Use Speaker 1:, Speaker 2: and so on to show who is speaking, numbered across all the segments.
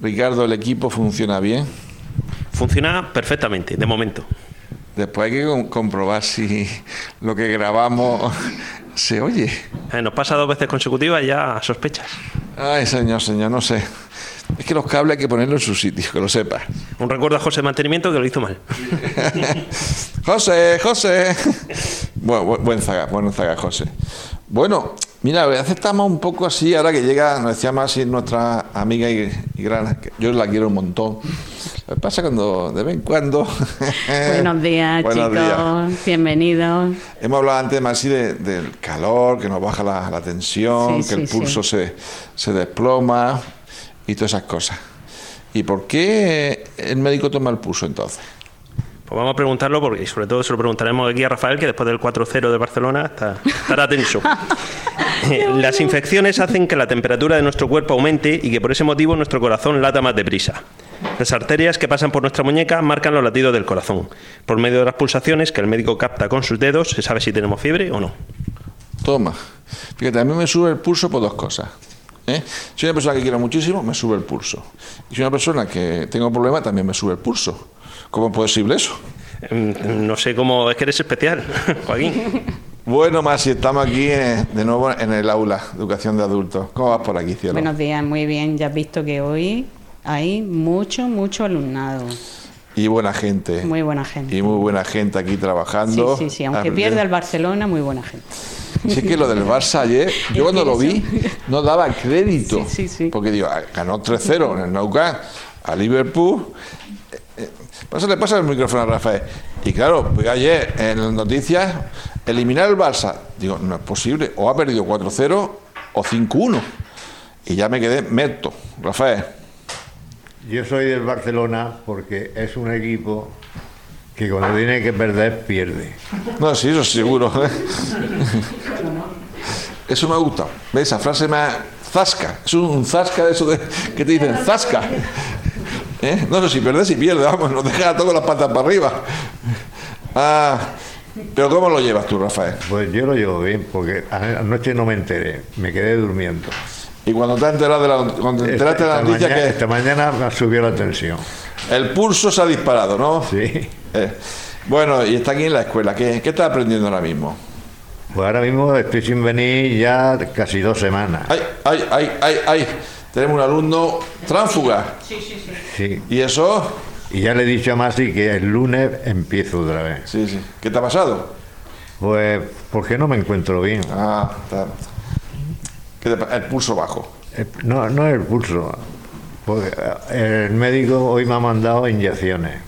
Speaker 1: Ricardo, el equipo funciona bien.
Speaker 2: Funciona perfectamente, de momento.
Speaker 1: Después hay que com- comprobar si lo que grabamos se oye.
Speaker 2: Eh, nos pasa dos veces consecutivas y ya sospechas.
Speaker 1: Ay, señor, señor, no sé. Es que los cables hay que ponerlos en su sitio, que lo sepas.
Speaker 2: Un recuerdo a José de Mantenimiento que lo hizo mal.
Speaker 1: José, José. Bueno, bu- buen zaga, buen zaga, José. Bueno, mira, la verdad estamos un poco así, ahora que llega, nos decía más así nuestra amiga y, y gran, que yo la quiero un montón. Lo que pasa cuando, de vez en cuando...
Speaker 3: Buenos días,
Speaker 1: Buenos días.
Speaker 3: chicos. Bienvenidos.
Speaker 1: Hemos hablado antes más así de- del calor, que nos baja la, la tensión,
Speaker 3: Sí,
Speaker 1: que
Speaker 3: sí,
Speaker 1: el pulso se, se desploma y todas esas cosas. ¿Y por qué el médico toma el pulso entonces?
Speaker 2: Pues vamos a preguntarlo porque, y sobre todo, se lo preguntaremos aquí a Rafael, que después del 4-0 de Barcelona está- estará tenso. Eh, Las infecciones hacen que la temperatura de nuestro cuerpo aumente y que por ese motivo nuestro corazón lata más deprisa. Las arterias que pasan por nuestra muñeca marcan los latidos del corazón. Por medio de las pulsaciones que el médico capta con sus dedos, se sabe si tenemos fiebre o no.
Speaker 1: Toma. Fíjate, a mí me sube el pulso por dos cosas. ¿eh? Soy una persona que quiero muchísimo, me sube el pulso. Y soy una persona que tengo problemas, también me sube el pulso. ¿Cómo es posible eso?
Speaker 2: Mm, No sé cómo es que eres especial, Joaquín.
Speaker 1: Bueno, Masi, estamos aquí eh, de nuevo en el aula de educación de adultos. ¿Cómo vas por aquí, cielo?
Speaker 3: Buenos días, muy bien. Ya has visto que hoy hay mucho, mucho alumnado.
Speaker 1: y buena gente.
Speaker 3: Muy buena gente.
Speaker 1: Y muy buena gente aquí
Speaker 3: Sí,
Speaker 1: trabajando.
Speaker 3: sí, sí. Aunque
Speaker 1: Aprendiendo.
Speaker 3: pierda el Barcelona, muy buena gente.
Speaker 1: Si es que lo del Barça ayer, yo cuando lo vi, no daba crédito.
Speaker 3: Sí, sí, sí.
Speaker 1: Porque digo, ah, ganó 3-0 en el Nou Camp a Liverpool. Eh, eh, Pásale, pásale el micrófono a Rafael. Y claro, pues ayer en las noticias, eliminar el Barça. Digo, no es posible. O ha perdido 4-0 o 5-1. Y ya me quedé merto, Rafael.
Speaker 4: Yo soy del Barcelona porque es un equipo que cuando tiene que perder, pierde.
Speaker 1: No, sí, eso seguro. ¿eh? Eso me ha gustado. ¿Ves? Esa frase me ha... Zasca. Es un zasca de eso de... que te dicen zasca. ¿Eh? No sé si pierdes y pierdes, vamos, nos deja todas las patas para arriba. Ah, pero ¿cómo lo llevas tú, Rafael?
Speaker 4: Pues yo lo llevo bien porque a- anoche no me enteré, me quedé durmiendo.
Speaker 1: Y cuando te has enterado de la, cuando te enteraste de la noticia
Speaker 4: mañana, esta mañana me subió la tensión.
Speaker 1: que el pulso se ha disparado, ¿no?
Speaker 4: Sí.
Speaker 1: Eh, bueno, y está aquí en la escuela. ¿Qué, qué estás aprendiendo ahora mismo?
Speaker 4: Pues ahora mismo estoy sin venir ya casi dos semanas.
Speaker 1: ¡Ay, ay, ay, ay, ay! Tenemos un alumno tránsfuga.
Speaker 4: Sí.
Speaker 1: ¿Y eso?
Speaker 4: Y ya le he dicho a Masi que el lunes empiezo otra vez.
Speaker 1: Sí, sí. ¿Qué te ha pasado?
Speaker 4: Pues porque no me encuentro bien.
Speaker 1: Ah, está- ¿Qué te pa- el pulso bajo.
Speaker 4: Eh, No, no es el pulso. Porque eh, el médico hoy me ha mandado inyecciones.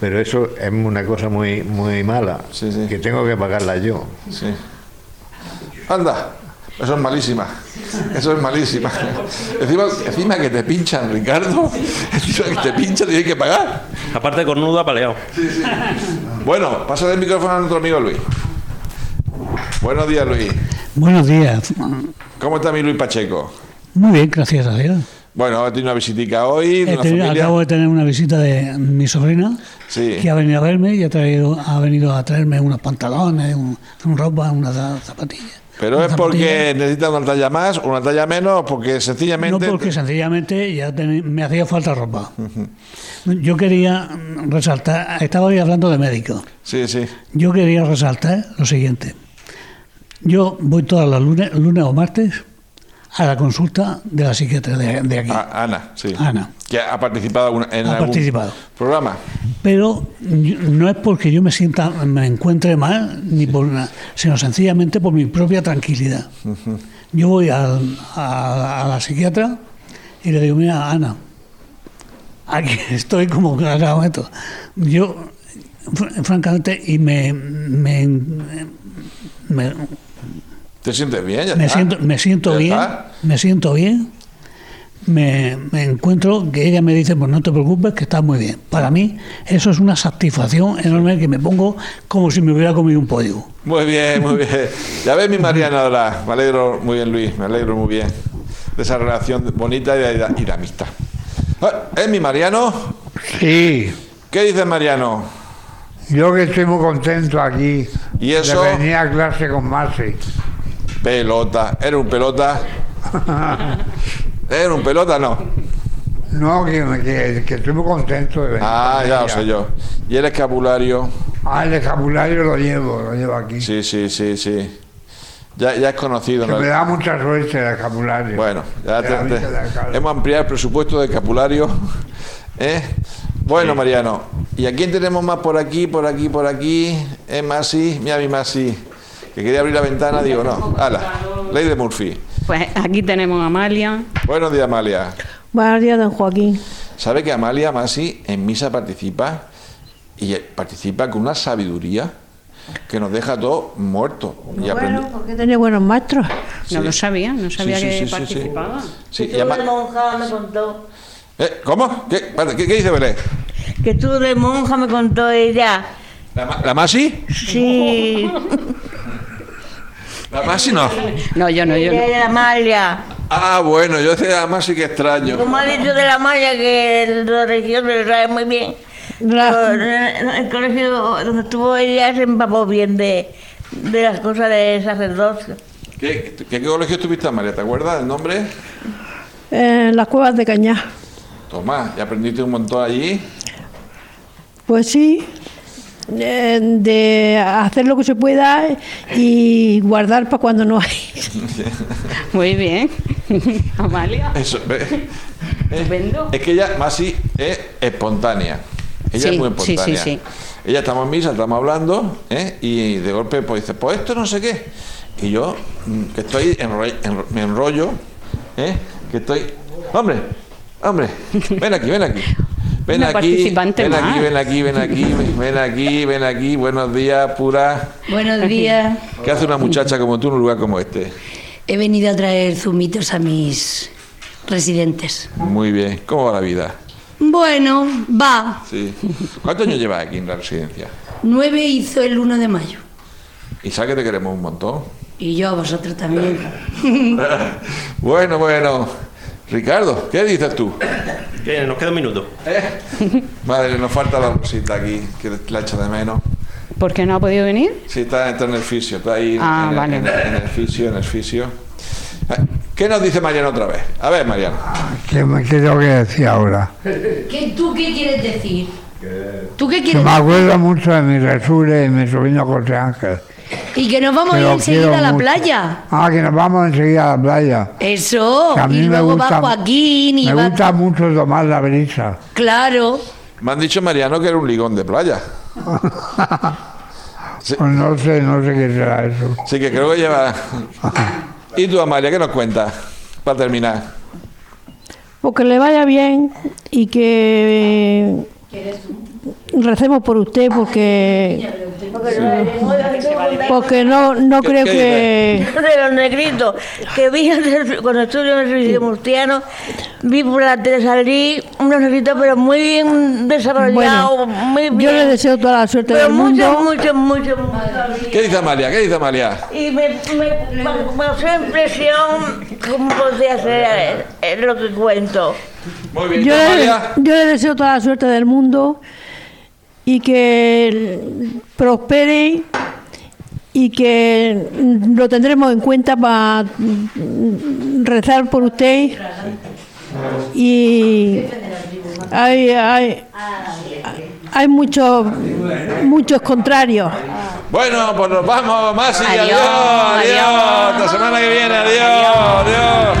Speaker 4: Pero eso es una cosa muy muy mala,
Speaker 1: Sí, sí.
Speaker 4: que tengo que pagarla yo.
Speaker 1: Sí. Anda, eso es malísima. Eso es malísima. Encima, encima que te pinchan, Ricardo. Encima que te pinchan y hay que pagar.
Speaker 2: Aparte, cornudo apaleado.
Speaker 1: Bueno, pasa el micrófono a nuestro amigo Luis. Buenos días, Luis.
Speaker 5: Buenos días.
Speaker 1: ¿Cómo está mi Luis Pacheco?
Speaker 5: Muy bien, gracias a Dios.
Speaker 1: Bueno, ahora tiene una visitica hoy de
Speaker 5: He
Speaker 1: una
Speaker 5: tenido-
Speaker 1: familia.
Speaker 5: acabo de tener una visita de mi sobrina
Speaker 1: Sí.
Speaker 5: que ha venido a verme y ha, traído, ha venido a traerme unos pantalones, un, un ropa, unas za- zapatillas.
Speaker 1: Pero
Speaker 5: Unas
Speaker 1: es porque
Speaker 5: zapatillas.
Speaker 1: necesita una talla más, una talla menos, porque
Speaker 5: No
Speaker 1: sencillamente.
Speaker 5: porque sencillamente ya teni- me hacía falta ropa. Yo quería mm, resaltar, estaba hoy hablando de médicos.
Speaker 1: Sí, sí.
Speaker 5: Yo quería resaltar lo siguiente. Yo voy todas las lunes, lunes o martes a la consulta de la psiquiatra de, de aquí.
Speaker 1: A- Ah, Ana, sí.
Speaker 5: Ana.
Speaker 1: Que ha participado alguna- en
Speaker 5: Ha
Speaker 1: algún
Speaker 5: participado.
Speaker 1: programa.
Speaker 5: Pero yo- no es porque yo me sienta, me encuentre mal, ni por nada, sino sencillamente por mi propia tranquilidad. Yo voy al- a, a la psiquiatra y le digo, mira, Ana, aquí estoy como que ahora meto". Yo, fr- francamente, y me, me, me-
Speaker 1: ¿Te sientes bien? Ya
Speaker 5: me
Speaker 1: está.
Speaker 5: siento, me siento
Speaker 1: Ya
Speaker 5: bien,
Speaker 1: está.
Speaker 5: me siento bien, me, me encuentro que ella me dice, pues no te preocupes, que está muy bien. Para mí eso es una satisfacción enorme que me pongo como si me hubiera comido un pollo.
Speaker 1: Muy bien, muy bien. Ya ves mi Mariana ahora. Me alegro muy bien, Luis. Me alegro muy bien de esa relación bonita y de, y de amistad. Ah, ¿Es mi Mariano?
Speaker 6: Sí,
Speaker 1: ¿Qué dice Mariano?
Speaker 6: yo que estoy muy contento aquí
Speaker 1: ¿Y eso?
Speaker 6: de venir a clase con Marce.
Speaker 1: Pelota. ¿Era un pelota? ¿Era un pelota? No.
Speaker 6: No, que, que, que estoy muy contento de venir.
Speaker 1: Ah, ya lo sé yo. ¿Y el escapulario?
Speaker 6: Ah, el escapulario lo llevo, lo llevo aquí.
Speaker 1: Sí, sí, sí, sí. Ya, ya es conocido.
Speaker 6: Que
Speaker 1: ¿no?
Speaker 6: me da mucha suerte el escapulario.
Speaker 1: Bueno, ya
Speaker 6: De
Speaker 1: te-
Speaker 6: la
Speaker 1: te-
Speaker 6: vista de la cara.
Speaker 1: hemos ampliado el presupuesto de escapulario. ¿eh? Bueno, Mariano, ¿y a quién tenemos más por aquí, por aquí, por aquí? ¿Es Masi? Mira mi Masi, que quería abrir la ventana, digo no. Ala, ley de Murphy.
Speaker 3: Pues aquí tenemos a Amalia.
Speaker 1: Buenos días, Amalia.
Speaker 7: Buenos días, don Joaquín.
Speaker 1: ¿Sabe que Amalia Masi en misa participa y participa con una sabiduría que nos deja todos muertos? Y aprende-
Speaker 7: Bueno, porque tenía buenos maestros.
Speaker 3: No
Speaker 1: Sí.
Speaker 3: lo sabía, no pues, sabía
Speaker 1: Sí, sí,
Speaker 3: que
Speaker 1: sí, sí, sí.
Speaker 3: participaba.
Speaker 1: Sí,
Speaker 8: que
Speaker 1: y
Speaker 8: estuvo
Speaker 1: ama-
Speaker 8: de monja me contó.
Speaker 1: ¿Eh? ¿Cómo? ¿Qué, Espérate, ¿qué, qué dice Belén?
Speaker 8: Que estuvo de monja me contó ella.
Speaker 1: ¿La, Ma- la Masi?
Speaker 8: Sí.
Speaker 1: ¿La Masi no?
Speaker 3: No, yo no, yo
Speaker 8: Ella
Speaker 3: no.
Speaker 8: de la Malla.
Speaker 1: Ah, bueno, yo decía Masi que extraño.
Speaker 8: Como ha dicho de la Malla que el de la región lo sabe muy bien. Pero en el- en el colegio donde estuvo ella se empapó bien de, de las cosas de sacerdocio.
Speaker 1: ¿Qué, qué colegio estuviste, María? ¿Te acuerdas el nombre?
Speaker 7: En eh, las cuevas de Cañá.
Speaker 1: Tomás, ya aprendiste un montón allí.
Speaker 7: Pues sí, eh, de hacer lo que se pueda y guardar para cuando no hay.
Speaker 3: Muy bien. Amalia.
Speaker 1: Eso, ¿ves?
Speaker 3: Estupendo.
Speaker 1: Es que ella, Masi, es espontánea. Ella
Speaker 3: Sí,
Speaker 1: es muy
Speaker 3: sí, sí,
Speaker 1: espontánea.
Speaker 3: sí.
Speaker 1: Ella estamos en misa, estamos hablando, ¿eh? y de golpe pues dice, pues esto no sé qué. Y yo, mm, que estoy, enro- enro- me enrollo, ¿eh? que estoy, hombre, hombre, ven aquí, ven aquí. Ven
Speaker 3: Una
Speaker 1: aquí,
Speaker 3: participante
Speaker 1: ven aquí,
Speaker 3: más.
Speaker 1: ven aquí, ven aquí, ven aquí, ven aquí, buenos días, pura.
Speaker 9: Buenos días.
Speaker 1: ¿Qué hace una muchacha como tú en un lugar como este?
Speaker 9: He venido a traer zumitos a mis residentes.
Speaker 1: Muy bien. ¿Cómo va la vida?
Speaker 9: Bueno, va.
Speaker 1: Sí. ¿Cuántos años llevas aquí en la residencia?
Speaker 9: Nueve hizo el 1 de mayo.
Speaker 1: Y sabes que te queremos un montón.
Speaker 9: Y yo a vosotros también.
Speaker 1: Bueno, bueno. Ricardo, ¿qué dices tú?
Speaker 2: Que nos queda un minuto.
Speaker 1: ¿Eh? Madre, nos falta la rosita aquí, que la echo de menos.
Speaker 3: ¿Por qué no ha podido venir?
Speaker 1: Sí, está, está en el fisio, está ahí en-
Speaker 3: Ah,
Speaker 1: en, el-
Speaker 3: vale.
Speaker 1: en el, en el fisio, en el fisio. Eh, ¿Qué nos dice Mariano otra vez? A ver, Mariano.
Speaker 6: ¿Qué, me- qué tengo que decir ahora?
Speaker 9: ¿Qué, ¿Tú qué quieres decir? ¿Tú qué
Speaker 6: Que
Speaker 9: quieres
Speaker 6: me acuerdo mucho de mi Resure y Eh, mi sobrino José Ángel.
Speaker 9: Y que nos vamos a ir
Speaker 6: Pero quiero
Speaker 9: enseguida a la
Speaker 6: mucho.
Speaker 9: playa.
Speaker 6: Ah, que nos vamos enseguida a la playa.
Speaker 9: Eso.
Speaker 6: Que a mí
Speaker 9: y
Speaker 6: me
Speaker 9: luego
Speaker 6: gusta-
Speaker 9: va Joaquín y
Speaker 6: Me
Speaker 9: va.
Speaker 6: gusta mucho tomar la brisa.
Speaker 9: Claro.
Speaker 1: Me han dicho Mariano que era un ligón de playa.
Speaker 6: Pues no sé, no sé qué será eso.
Speaker 1: Así que creo que lleva. ¿Y tú, Amalia, qué nos cuentas? Para terminar.
Speaker 7: Porque le vaya bien y que eh, recemos por usted porque porque no no
Speaker 1: ¿Qué-
Speaker 7: creo
Speaker 1: qué
Speaker 7: que
Speaker 8: de los negritos que vi en el- cuando estuve en el servicio murciano vi por la tele salir unos negritos pero muy bien desarrollados
Speaker 7: Bueno,
Speaker 8: muy bien
Speaker 7: yo le deseo toda la suerte
Speaker 8: pero
Speaker 7: del
Speaker 8: mucho,
Speaker 7: mundo
Speaker 8: mucho mucho mucho
Speaker 1: ¿Qué dice Amalia? ¿Qué dice Amalia?
Speaker 8: y me, me pasó impresión cómo podía ser eh, lo que cuento
Speaker 1: Muy bien,
Speaker 7: yo le,
Speaker 1: Amalia.
Speaker 7: yo le deseo toda la suerte del mundo y que prospere y que lo tendremos en cuenta para rezar por usted y hay, hay, hay muchos muchos contrarios
Speaker 1: Bueno, pues nos vamos, más y adiós, adiós,
Speaker 3: Adiós, adiós.
Speaker 1: Hasta semana que viene, adiós. adiós.